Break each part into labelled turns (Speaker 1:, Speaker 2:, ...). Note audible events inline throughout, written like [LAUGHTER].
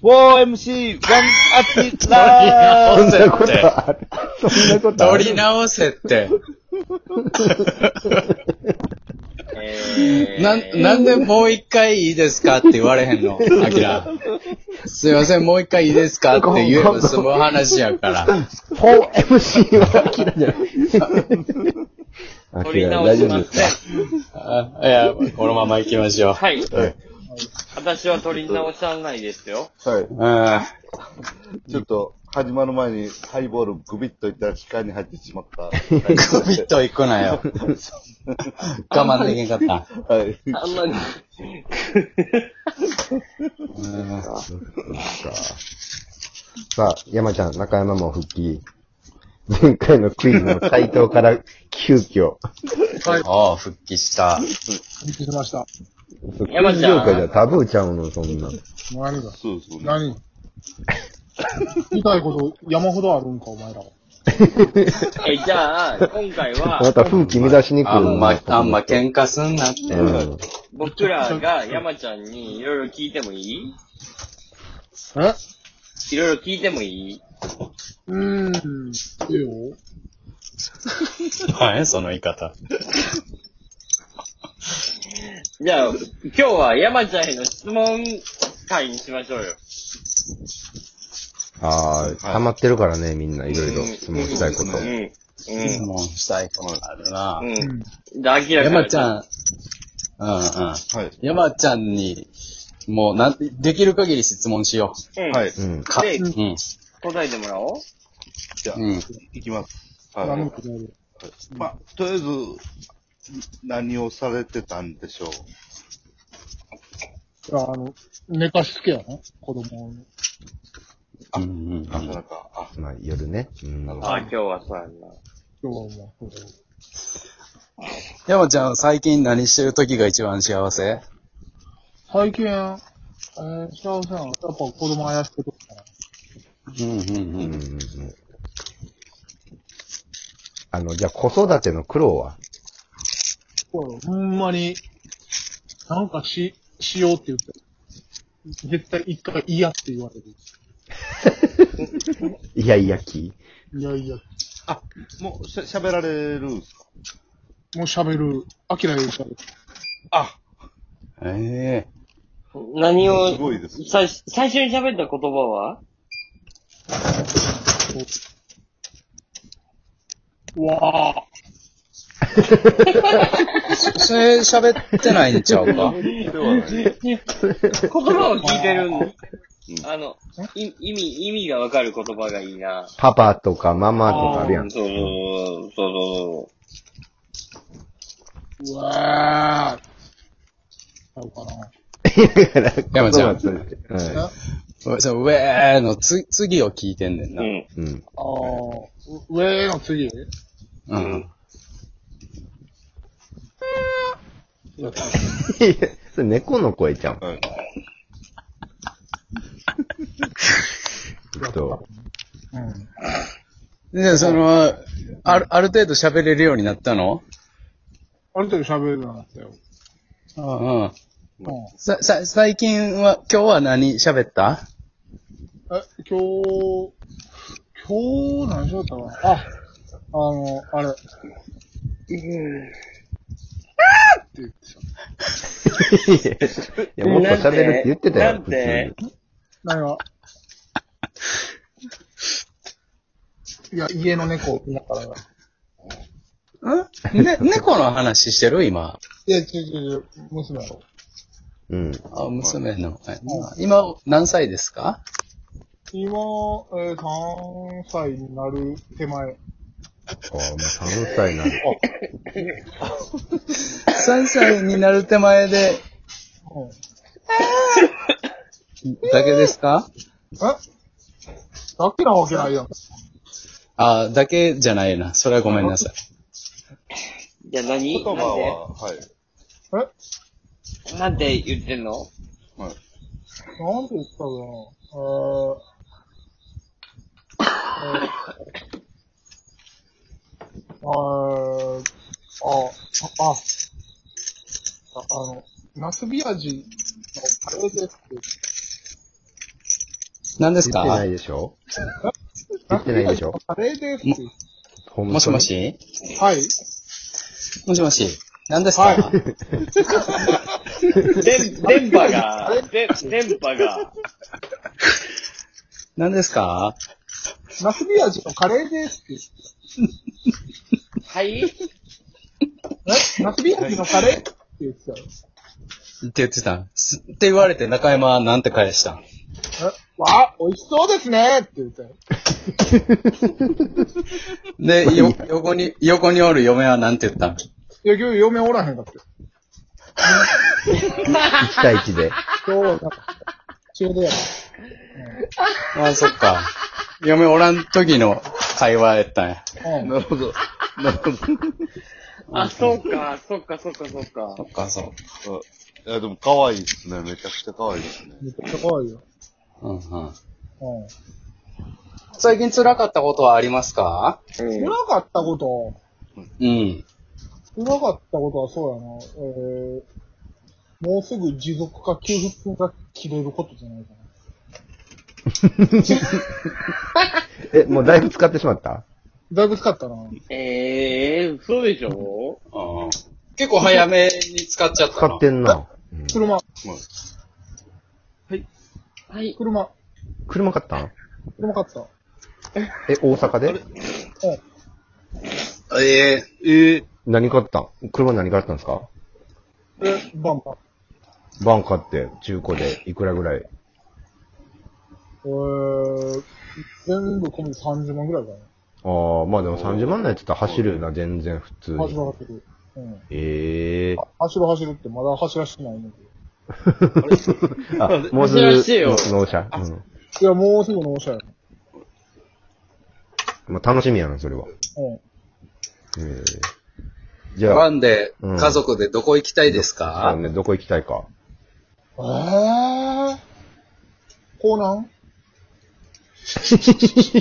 Speaker 1: 4MC1 アキ
Speaker 2: ラ
Speaker 1: ラ
Speaker 2: ー
Speaker 1: ー
Speaker 2: そんなことある。そんなことあ
Speaker 3: 取り
Speaker 2: る。
Speaker 3: 直せって。 [LAUGHS] なん、なんでもう一回いいですかって言われへんの、アキラ。すいません、もう一回いいですかって言えば済む話やから。
Speaker 2: 4MC はアキラじゃない。
Speaker 1: [LAUGHS]
Speaker 2: ア
Speaker 1: 取
Speaker 2: キ
Speaker 1: り
Speaker 2: ラ、
Speaker 1: 直
Speaker 2: 大
Speaker 1: し
Speaker 2: 丈
Speaker 1: ま
Speaker 2: 夫
Speaker 1: す
Speaker 2: ですか
Speaker 3: あいや、このまま行きましょう。
Speaker 1: はい。
Speaker 2: はい。
Speaker 1: 私は取り直さないですよ。
Speaker 4: はい。
Speaker 3: うん。
Speaker 4: ちょっと、始まる前にハイボールグビッといったら機械に入ってしまった。はい。
Speaker 3: グビッと行くなよ。我慢できんかった。
Speaker 4: はい。
Speaker 1: あんまり。
Speaker 3: うん
Speaker 2: さあ、山ちゃん、中山も復帰。前回のクイズの回答から [LAUGHS] 急遽。
Speaker 3: おう復帰した。
Speaker 5: 失礼しました。
Speaker 1: 山ちゃん
Speaker 2: クイズ業界じゃタブーちゃうの、そんなん。
Speaker 5: 何が
Speaker 4: そうそう、ね。
Speaker 5: 何言いたいこと山ほどあるんか、お前らは。
Speaker 1: え、じゃあ、今回
Speaker 2: [LAUGHS] ま
Speaker 1: は、
Speaker 2: た風紀乱しにくいな
Speaker 3: あんま、あんま喧嘩すんなって。
Speaker 2: うん。
Speaker 1: 僕らが山ちゃんにいろいろ聞いてもいい
Speaker 5: え
Speaker 1: いろいろ聞いてもいいう
Speaker 5: ーん、いいよ。
Speaker 3: 何その言い方。
Speaker 1: じゃあ、今日は山ちゃんへの質問会にしましょうよ。
Speaker 2: ああ、溜まってるからね、みんないろいろ質問したいこ
Speaker 1: うん。
Speaker 2: と。
Speaker 3: 質
Speaker 1: う
Speaker 3: 問したいことあるな。
Speaker 1: ん。うん。で、アキラから
Speaker 3: 山ちゃん、うんうん。
Speaker 4: はい。
Speaker 3: 山ちゃんに、もう、なん、できる限り質問しよ
Speaker 1: うん。
Speaker 4: はい。
Speaker 2: うん。
Speaker 3: か
Speaker 1: で、
Speaker 3: う。うん。
Speaker 1: 答えてもらおう。
Speaker 4: じゃあ、
Speaker 3: うん。
Speaker 4: いきます。はい。
Speaker 5: 何のことやる
Speaker 4: まあ、とりあえず、何をされてたんでしょう。
Speaker 5: いや、あの、寝かしつけやな、子供を。
Speaker 3: うんうん
Speaker 4: なかなか。あ、
Speaker 2: まあ、夜ね。うん。
Speaker 1: あ、今日はそうやんな。
Speaker 5: 今日はもう、そう
Speaker 3: 山ちゃん、最近何してる時が一番幸せ
Speaker 5: 最近、えー、幸せなのやっぱ子供あやしてるから。
Speaker 3: うんうん
Speaker 2: うんうんうんあの、じゃあ子育ての苦労は
Speaker 5: そうほんまに、なんかし、しようって言ったら、絶対一回嫌って言われる。
Speaker 2: いやいやき
Speaker 5: いやいや。
Speaker 4: あ、もうしゃ喋られるんですか
Speaker 5: もう喋る。アキラより喋る。
Speaker 4: あ、
Speaker 3: ええ
Speaker 1: 何を、
Speaker 4: すごいですね
Speaker 1: 最最初に喋った言葉は
Speaker 5: うわあ。
Speaker 3: それ喋ってないんちゃうか [LAUGHS]
Speaker 4: ではない。
Speaker 1: 言葉を聞いてるんあの、い意味、意味がわかる言葉がいいな。
Speaker 2: パパとかママとかあるや
Speaker 1: うんん。そうそうそう。そうそ
Speaker 5: う
Speaker 1: う
Speaker 5: わあ。ちゃうかな。
Speaker 3: 山ちゃん
Speaker 2: 子育ては
Speaker 3: そう、ウェーのつ、次を聞いてんねん
Speaker 1: そ
Speaker 3: な。
Speaker 1: う。うん。
Speaker 2: い。うん。
Speaker 5: ああ、上の次。
Speaker 3: うん。
Speaker 2: いやそれ猫の声ちゃん。
Speaker 4: はい。
Speaker 2: えっと、
Speaker 5: うん。
Speaker 3: で、その、ある、ある程度喋れるようになったの
Speaker 5: ある程度喋るようになったよ。
Speaker 3: うんうん。
Speaker 5: うん。
Speaker 3: さ、さ、最近は、今日は何喋った
Speaker 5: え、今日、今日何しよったかなあ、あの、あれ。あーって言ってしまった。
Speaker 2: いや、もっと喋るって言ってた
Speaker 1: な
Speaker 2: よ、
Speaker 1: ん
Speaker 2: 普
Speaker 1: て
Speaker 2: 通
Speaker 5: 何がいや、家の猫だからな。
Speaker 3: んね、猫の話してる今。
Speaker 5: いや、違う違う違う、娘やろ。
Speaker 2: に。うん。
Speaker 3: あ、娘の。はい今、何歳ですか
Speaker 5: 今、えー、3歳になる手前。
Speaker 2: ああ、もう3歳なの。
Speaker 3: ?3 歳になる手前で、
Speaker 5: うん。
Speaker 3: だけですか
Speaker 5: えだけなわけないやん。
Speaker 3: あ、だけじゃないな。それはごめんなさい。
Speaker 1: じゃあ何
Speaker 4: 言葉
Speaker 1: なん
Speaker 4: は、はい。
Speaker 5: えなんて
Speaker 1: てなんて言ってんの
Speaker 4: はい。
Speaker 5: 言ってたかなえー、えー、あー、あ、あ、ああの、ナスビ味のカレーですって。
Speaker 3: 何です
Speaker 2: 言ってな
Speaker 3: か
Speaker 2: いでしょ言ってないでしょ
Speaker 5: あれでって。
Speaker 2: ほんとに
Speaker 3: もしもし
Speaker 5: はい。
Speaker 3: もしもし何ですか、
Speaker 1: 電、電波 [LAUGHS] が、で電波が、
Speaker 3: 何ですか
Speaker 5: ナスビ味のカレーですって。
Speaker 1: はい
Speaker 5: えナスビ味のカレーって言ってたよ。
Speaker 3: って言ってた。すって言われて中山はなんて返 [LAUGHS] したん
Speaker 5: えわあ、美味しそうですねって言ってたよ。
Speaker 3: で、よ、横に、横におる嫁はなんて言ったん
Speaker 5: いや、今日嫁おらへんかったよ。
Speaker 2: 1対1で。
Speaker 5: 今日、なんか、中でやる。
Speaker 3: ああ、そっか。嫁おらん時の会話やったんや。
Speaker 5: うん。
Speaker 4: なるほど。なるほ
Speaker 1: あ、そうか、そうか、そうか、そうか。
Speaker 3: そっか、そ
Speaker 4: ど。いや、でも可愛いですね。めちゃくちゃ可愛いですね。
Speaker 5: めっちゃ怖いよ。
Speaker 3: う。うんうん。
Speaker 5: うん。
Speaker 3: 最近辛かったことはありますか
Speaker 5: 辛かったこと、
Speaker 3: うん。
Speaker 5: 辛かったことはそうやな。えー、もうすぐ持続化給付金が切れることじゃないか
Speaker 2: [LAUGHS] え、もうだいぶ使ってしまった
Speaker 5: な。だいぶ使ったな。
Speaker 1: ええー、嘘でしょ
Speaker 3: 結構早めに使っちゃった
Speaker 2: 使
Speaker 3: な
Speaker 2: ってんな。うん
Speaker 5: 車、
Speaker 1: はい。
Speaker 5: 車、
Speaker 2: 車買ったん
Speaker 5: 車買った。
Speaker 2: え、大阪で
Speaker 3: ええええ
Speaker 2: 何買ったん車何買ったんですか
Speaker 5: え、バンバン。
Speaker 2: バン買って、中古で、いくらぐらい
Speaker 5: えー、全部込みで30万ぐらいか
Speaker 2: ああ、まあでも30万のやつって走るよな、全然普通
Speaker 5: な。走る
Speaker 2: に。
Speaker 5: 走る。うん。
Speaker 2: ええ
Speaker 5: あ走る走るってまだ走らしてないねんけど。
Speaker 2: あ、もうすぐ、
Speaker 1: 珍しいよ
Speaker 2: 納車。うん。
Speaker 5: いや、もうすぐ納車やな。
Speaker 2: まあ楽しみやな、それは。
Speaker 5: うん。
Speaker 2: ええじゃ
Speaker 3: ワ
Speaker 2: あ、
Speaker 3: ンで、
Speaker 2: うん
Speaker 3: 家族でどこ行きたいです
Speaker 2: あ
Speaker 3: か、
Speaker 2: のね、どこ行きたいか。
Speaker 5: えー、港南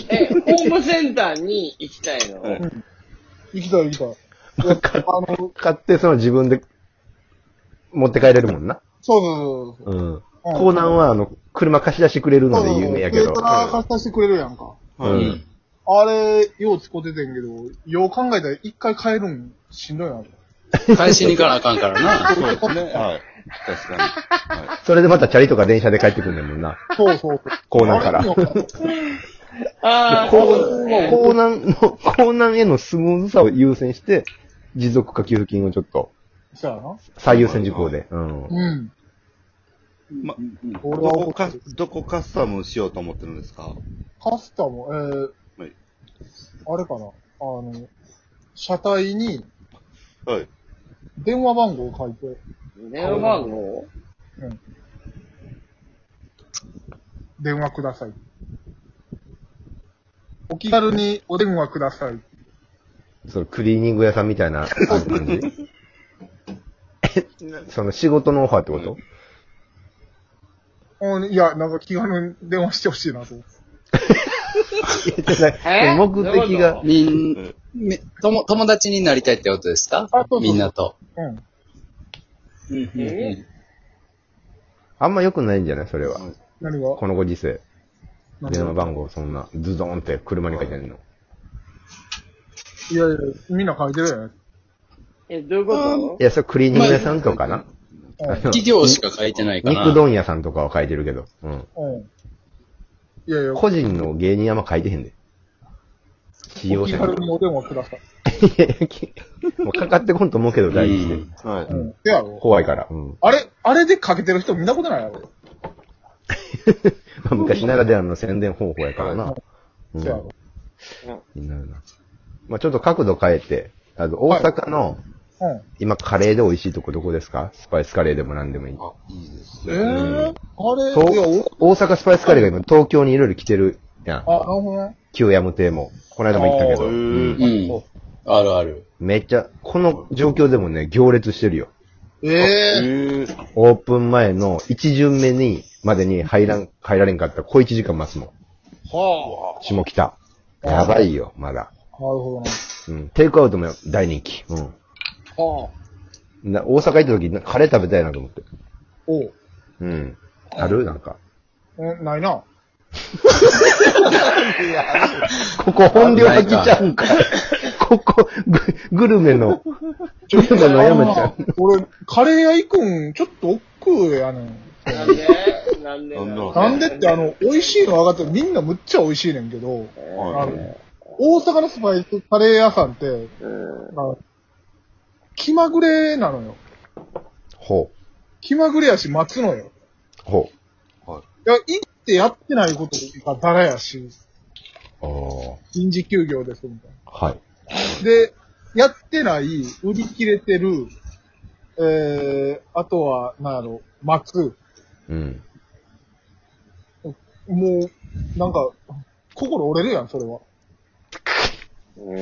Speaker 1: え、ホームセンターに行きたいの、
Speaker 4: はい
Speaker 5: 行きたい行きたい。いやあの、そう
Speaker 2: 買って、その自分で、持って帰れるもんな。
Speaker 5: そうそうそ
Speaker 2: う
Speaker 5: う。
Speaker 2: ん。
Speaker 5: うん
Speaker 2: 港南は、あの、車貸し出してくれるので有名やけど
Speaker 5: 軽。トラ貸し出してくれるやんか。
Speaker 2: うん
Speaker 4: はい。
Speaker 2: うん
Speaker 5: あれ、よう使っててんけど、よう考えたら一回変えるんしんどいな。
Speaker 3: 返しに行かなあかんから
Speaker 2: [LAUGHS]
Speaker 3: な。
Speaker 4: そうですね。はい。確かに。は
Speaker 2: それでまたチャリとか電車で帰ってくんねんもんな。
Speaker 5: そうそう。
Speaker 2: 港南から。
Speaker 5: あれにも
Speaker 1: ああ、
Speaker 2: こ
Speaker 1: そう
Speaker 2: う港南の、港南へのスムーズさを優先して、持続化給付金をちょっと、
Speaker 5: そうやな。
Speaker 2: 最優先事項で。うん。
Speaker 5: うん。
Speaker 4: い。ま、
Speaker 5: 俺
Speaker 4: ど
Speaker 5: は
Speaker 4: こか、どこカスタムしようと思ってるんですか
Speaker 5: カスタム、えー、
Speaker 4: はい
Speaker 5: あれかな。あの、車体に
Speaker 4: はい。
Speaker 5: 電話番号を書いて、
Speaker 1: 電話番号
Speaker 5: 電話ください。お気軽にお電話ください。
Speaker 2: そのクリーニング屋さんみたいなあの感じ
Speaker 3: [LAUGHS]
Speaker 2: えその仕事のオファーってこと、
Speaker 5: うん、いや、なんか気軽に電話してほしいなと。
Speaker 2: [LAUGHS]
Speaker 1: え
Speaker 2: 目的が。
Speaker 3: みん、み、とも、友達になりたいってことですか
Speaker 5: あそうそう
Speaker 3: みんなと。
Speaker 5: うん。
Speaker 1: え
Speaker 2: あんま良くないんじゃないそれは。
Speaker 5: 何が
Speaker 2: このご時世。
Speaker 5: 何
Speaker 2: 電話
Speaker 5: が
Speaker 2: 番号そんな、ズドンって車に書いてんの。
Speaker 5: いやいや、みんな書いてるやん。
Speaker 1: え、どういうこ
Speaker 2: いや、それクリーニング屋さんとかな。
Speaker 5: うん
Speaker 2: あの
Speaker 3: 企業しか書いてないか
Speaker 2: 肉
Speaker 3: ら。
Speaker 2: 問屋さんとかは書いてるけど。うん。
Speaker 5: うん。いやいや、
Speaker 2: 個人の芸人あんま書いてへんで。使用
Speaker 5: お
Speaker 2: 者
Speaker 5: 気軽にお電話ください。
Speaker 2: いやいやき [LAUGHS] もうかかってこんと思うけど、第一で。
Speaker 4: はい。
Speaker 5: うん。でやろ。
Speaker 2: 怖いから。うん。
Speaker 5: あれ、あれでかけてる人見たことないやろ。
Speaker 2: まあ、昔ならではの宣伝方法やからな。うん
Speaker 5: せや。ろ。
Speaker 2: になるな。まあ、ちょっと角度変えて、あの、大阪の、
Speaker 5: うん。
Speaker 2: 今カレーで美味しいとこどこですかスパイスカレーでも何でもいい。
Speaker 4: あ、いいです
Speaker 5: え
Speaker 4: ね。
Speaker 5: ー、あれ、いや、
Speaker 2: と
Speaker 5: お
Speaker 2: 大阪スパイスカレーが今東京にいろいろ来てるやん。
Speaker 5: あ、なるほどね。
Speaker 2: 旧ヤム亭も。この間も行ったけど。
Speaker 4: あーへ
Speaker 2: うん
Speaker 4: ー
Speaker 3: うん。あるある。
Speaker 2: めっちゃ、この状況でもね、行列してるよ。
Speaker 5: ええ
Speaker 4: えー、
Speaker 2: オープン前の1巡目に、までに入らん、入られんかったら小1時間待つもん。
Speaker 5: は
Speaker 2: 下北。やばいよ、まだ。
Speaker 5: あ。なるほどね。
Speaker 2: うん。テイクアウトも大人気。うん。
Speaker 5: はあ。
Speaker 2: な大阪行った時、なカレー食べたいなと思って。
Speaker 5: おう。
Speaker 2: うん。あるなんか。
Speaker 5: え、ないな。
Speaker 2: ここ本領発揮ちゃうんか。ここ、ググルメの、グルメの山ちゃん。
Speaker 5: 俺、カレー屋行くん、ちょっと億劫やねん。
Speaker 1: なんでなんで
Speaker 5: なんでって、あ、の、美味しいの分かってる、みんなむっちゃ美味しいねんけど、あの、大阪のスパイスカレー屋さんって、
Speaker 1: うん。
Speaker 5: まあ気まぐれなのよ。
Speaker 2: ほ
Speaker 5: 気まぐれやし、待つのよ。
Speaker 2: う、ほ
Speaker 5: いや、行ってやってないことがだらやし、
Speaker 2: う。あ
Speaker 5: 臨時休業です、みたい
Speaker 2: あ、はい。
Speaker 5: な。で、やってない、売り切れてる、えー、あとは、なんやろ、待つ。
Speaker 2: うん。
Speaker 5: もう、なんか、心折れるやん、それは。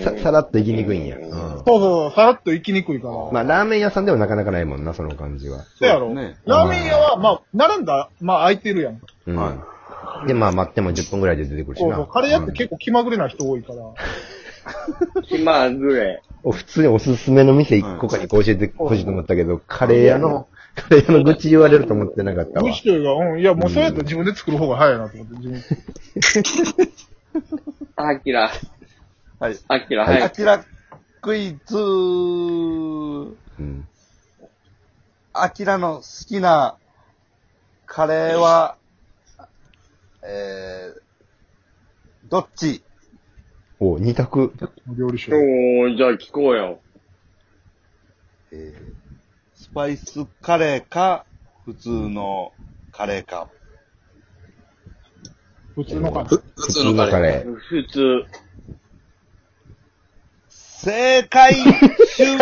Speaker 2: さ、さらっと行きにくいんや。うん。
Speaker 5: そうそう、さらっと行きにくいから。
Speaker 2: まあ、ラーメン屋さんではなかなかないもんな、その感じは。
Speaker 5: そうやろ。
Speaker 4: ね
Speaker 5: ラーメン屋は、まあ、並んだ、まあ、空いてるやん。
Speaker 2: うん。
Speaker 4: は
Speaker 2: で、まあ、待っても10分ぐらいで出てくるし
Speaker 5: そう
Speaker 2: な。
Speaker 5: そう。カレー屋って結構気まぐれな人多いから。
Speaker 1: 気まぐれ。
Speaker 2: うん普通におすすめの店1個か2個教えてほしいと思ったけど、カレー屋の、カレー屋の愚痴言われると思ってなかったわ
Speaker 5: む。しろが、うん、いや、もうそうやったら自分で作る方が早いなと思って、自分。
Speaker 1: あきら、
Speaker 4: はい。
Speaker 1: あきら、は
Speaker 4: あ
Speaker 1: い。
Speaker 4: きらクイズ。
Speaker 2: うん。
Speaker 4: アキラの好きなカレーは、えー、どっち
Speaker 2: お、二択。
Speaker 5: 料理酒。
Speaker 1: おー、じゃあ聞こうよ。
Speaker 4: えースパイスカレーか、普通のカレーか。
Speaker 5: 普通の感じ。
Speaker 3: ふ普通のカレー。
Speaker 2: レ
Speaker 1: 普通。
Speaker 4: 正解終了